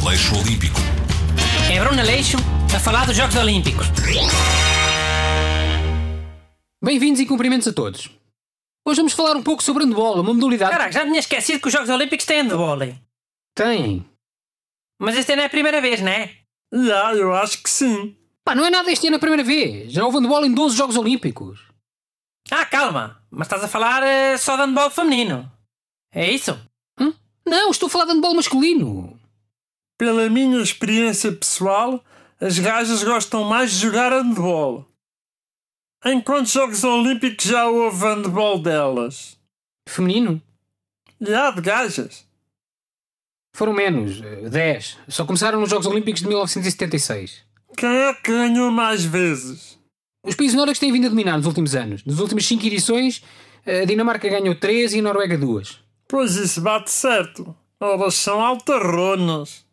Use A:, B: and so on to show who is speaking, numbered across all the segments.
A: Aleixo Olímpico.
B: É Bruno Aleixo a falar dos Jogos Olímpicos.
C: Bem-vindos e cumprimentos a todos. Hoje vamos falar um pouco sobre handball, uma modalidade
B: Caraca, já me tinha esquecido que os Jogos Olímpicos têm handball.
C: que tem.
B: Mas esta não é a primeira vez, não é? Ah, eu acho que sim.
C: Pá, não é nada este ano a primeira vez. Já houve handball em 12 Jogos Olímpicos.
B: Ah, calma. Mas estás a falar eh, só de handball feminino. É isso?
C: Hã? Não, estou a falar de handball masculino.
D: Pela minha experiência pessoal, as gajas gostam mais de jogar handball. Em quantos Jogos Olímpicos já houve handball delas?
C: Feminino?
D: E há de gajas.
C: Foram menos, eh, 10. Só começaram nos Jogos Olímpicos de 1976.
D: Quem é que ganhou mais vezes?
C: Os países nórdicos têm vindo a dominar nos últimos anos. Nas últimas 5 edições, eh, a Dinamarca ganhou 3 e a Noruega 2.
D: Pois isso bate certo. Elas são altarronas.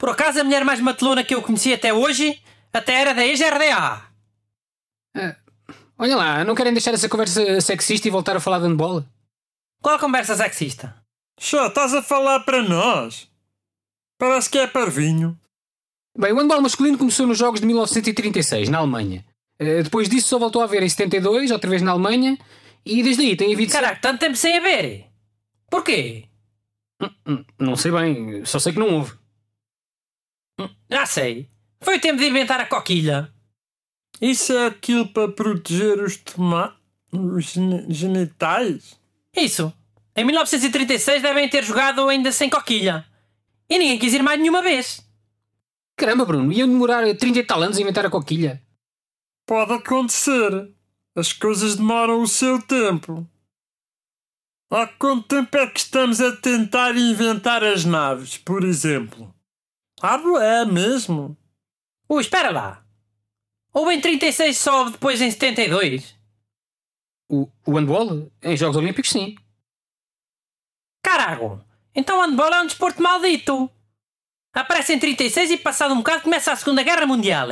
B: Por acaso a mulher mais matelona que eu conheci até hoje até era da ex-RDA.
C: Olha lá, não querem deixar essa conversa sexista e voltar a falar de handball?
B: Qual a conversa sexista?
D: Só estás a falar para nós. Parece que é parvinho.
C: Bem, o handball masculino começou nos Jogos de 1936, na Alemanha. Eh, Depois disso só voltou a haver em 72, outra vez na Alemanha, e desde aí tem havido...
B: Caraca, tanto tempo sem haver. Porquê?
C: Hum, Não sei bem, só sei que não houve.
B: Já sei. Foi o tempo de inventar a coquilha.
D: Isso é aquilo para proteger os tomates? Os geni- genitais?
B: Isso. Em 1936 devem ter jogado ainda sem coquilha. E ninguém quis ir mais nenhuma vez.
C: Caramba, Bruno, iam demorar 30 e tal anos a inventar a coquilha.
D: Pode acontecer. As coisas demoram o seu tempo. Há quanto tempo é que estamos a tentar inventar as naves, por exemplo? Ah, é mesmo?
B: Uh, espera lá. Houve em 36 só, depois em 72.
C: O, o handball, em Jogos Olímpicos, sim.
B: Carago, então o handball é um desporto maldito. Aparece em 36 e passado um bocado começa a Segunda Guerra Mundial.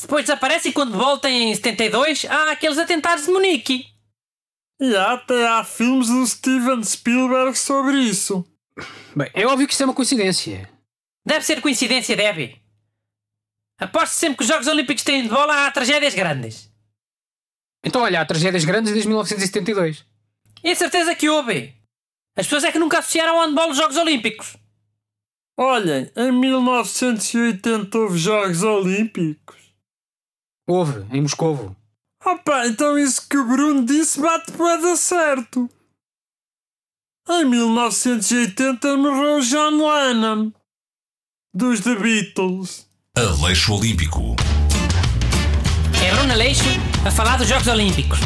B: Depois desaparece e quando volta em 72 há aqueles atentados de Munique.
D: E há até há filmes do Steven Spielberg sobre isso.
C: Bem, é óbvio que isso é uma coincidência.
B: Deve ser coincidência, deve. Aposto sempre que os Jogos Olímpicos têm de bola há tragédias grandes.
C: Então, olha, há tragédias grandes desde 1972.
B: E a certeza que houve. As pessoas é que nunca associaram ao handball os Jogos Olímpicos.
D: Olhem, em 1980 houve Jogos Olímpicos.
C: Houve, em Moscovo.
D: Opa, então isso que o Bruno disse bate para dar certo. Em 1980 morreu John Lennon, dos The Beatles.
A: Aleixo Olímpico.
B: É Bruno Aleixo a falar dos Jogos Olímpicos.